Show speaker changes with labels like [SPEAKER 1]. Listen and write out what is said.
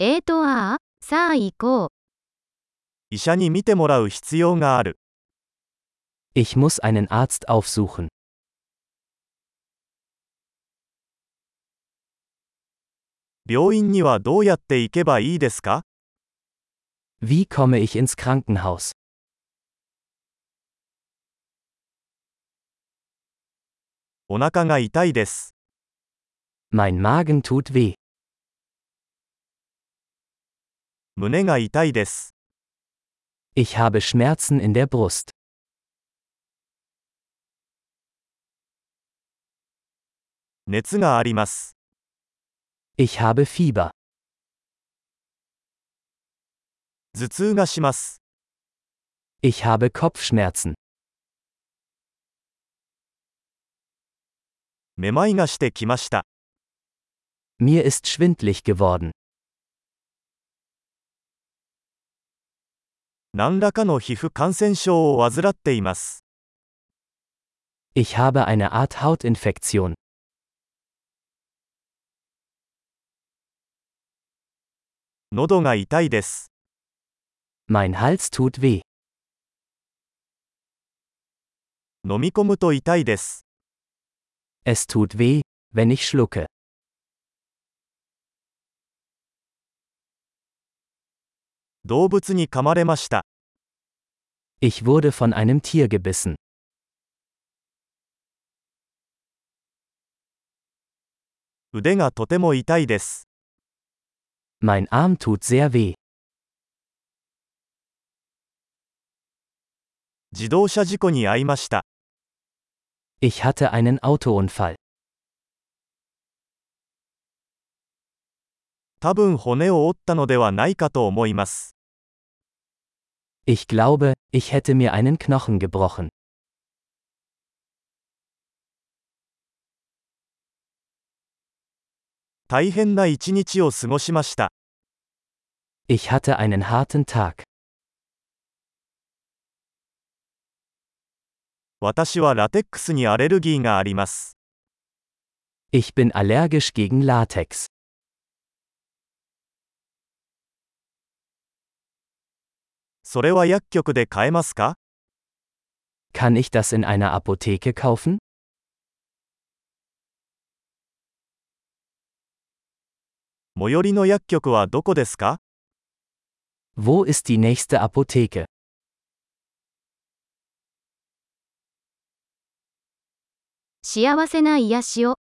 [SPEAKER 1] えーとああ、さあ行こう。
[SPEAKER 2] 医者に診てもらう必要がある。
[SPEAKER 3] Ich muss einen Arzt aufsuchen.
[SPEAKER 2] 病院にはどうやって行けばいいですか
[SPEAKER 3] Wie komme ich ins Krankenhaus?
[SPEAKER 2] お腹が痛いです。
[SPEAKER 3] Mein Magen tut weh.
[SPEAKER 2] 胸が痛いです。
[SPEAKER 3] Ich habe Schmerzen in der Brust.
[SPEAKER 2] 熱があります。
[SPEAKER 3] Ich habe Fieber.
[SPEAKER 2] 頭痛がします。
[SPEAKER 3] Ich habe Kopfschmerzen.
[SPEAKER 2] めまいがしてきました。
[SPEAKER 3] Mir ist schwindlig geworden.
[SPEAKER 2] 何らかの皮膚感染症を患っています。
[SPEAKER 3] Ich habe eine Art Hautinfektion.
[SPEAKER 2] 喉が痛いです。
[SPEAKER 3] Mein Hals tut weh.
[SPEAKER 2] 飲み込むと痛いです。
[SPEAKER 3] Es tut weh, wenn ich schlucke.
[SPEAKER 2] 動物に噛まれました。
[SPEAKER 3] Ich wurde von einem Tier gebissen.
[SPEAKER 2] 腕がとても痛いです。
[SPEAKER 3] Mein Arm tut sehr weh.
[SPEAKER 2] 自動車事故に遭いました。
[SPEAKER 3] Ich hatte einen Autounfall.
[SPEAKER 2] 多分骨を折ったのではないかと思います。
[SPEAKER 3] Ich glaube, ich hätte mir einen Knochen gebrochen.
[SPEAKER 2] 大変な一日を過ごしました。
[SPEAKER 3] Ich hatte einen harten Tag.
[SPEAKER 2] 私はラテックスにアレルギーがあります。
[SPEAKER 3] Ich bin allergisch gegen Latex.
[SPEAKER 2] それは薬局で買えますか
[SPEAKER 3] Kann ich das in einer Apotheke kaufen?
[SPEAKER 2] 最寄りの薬局はどこですか
[SPEAKER 3] Wo ist die nächste Apotheke?
[SPEAKER 1] 幸せな癒しを。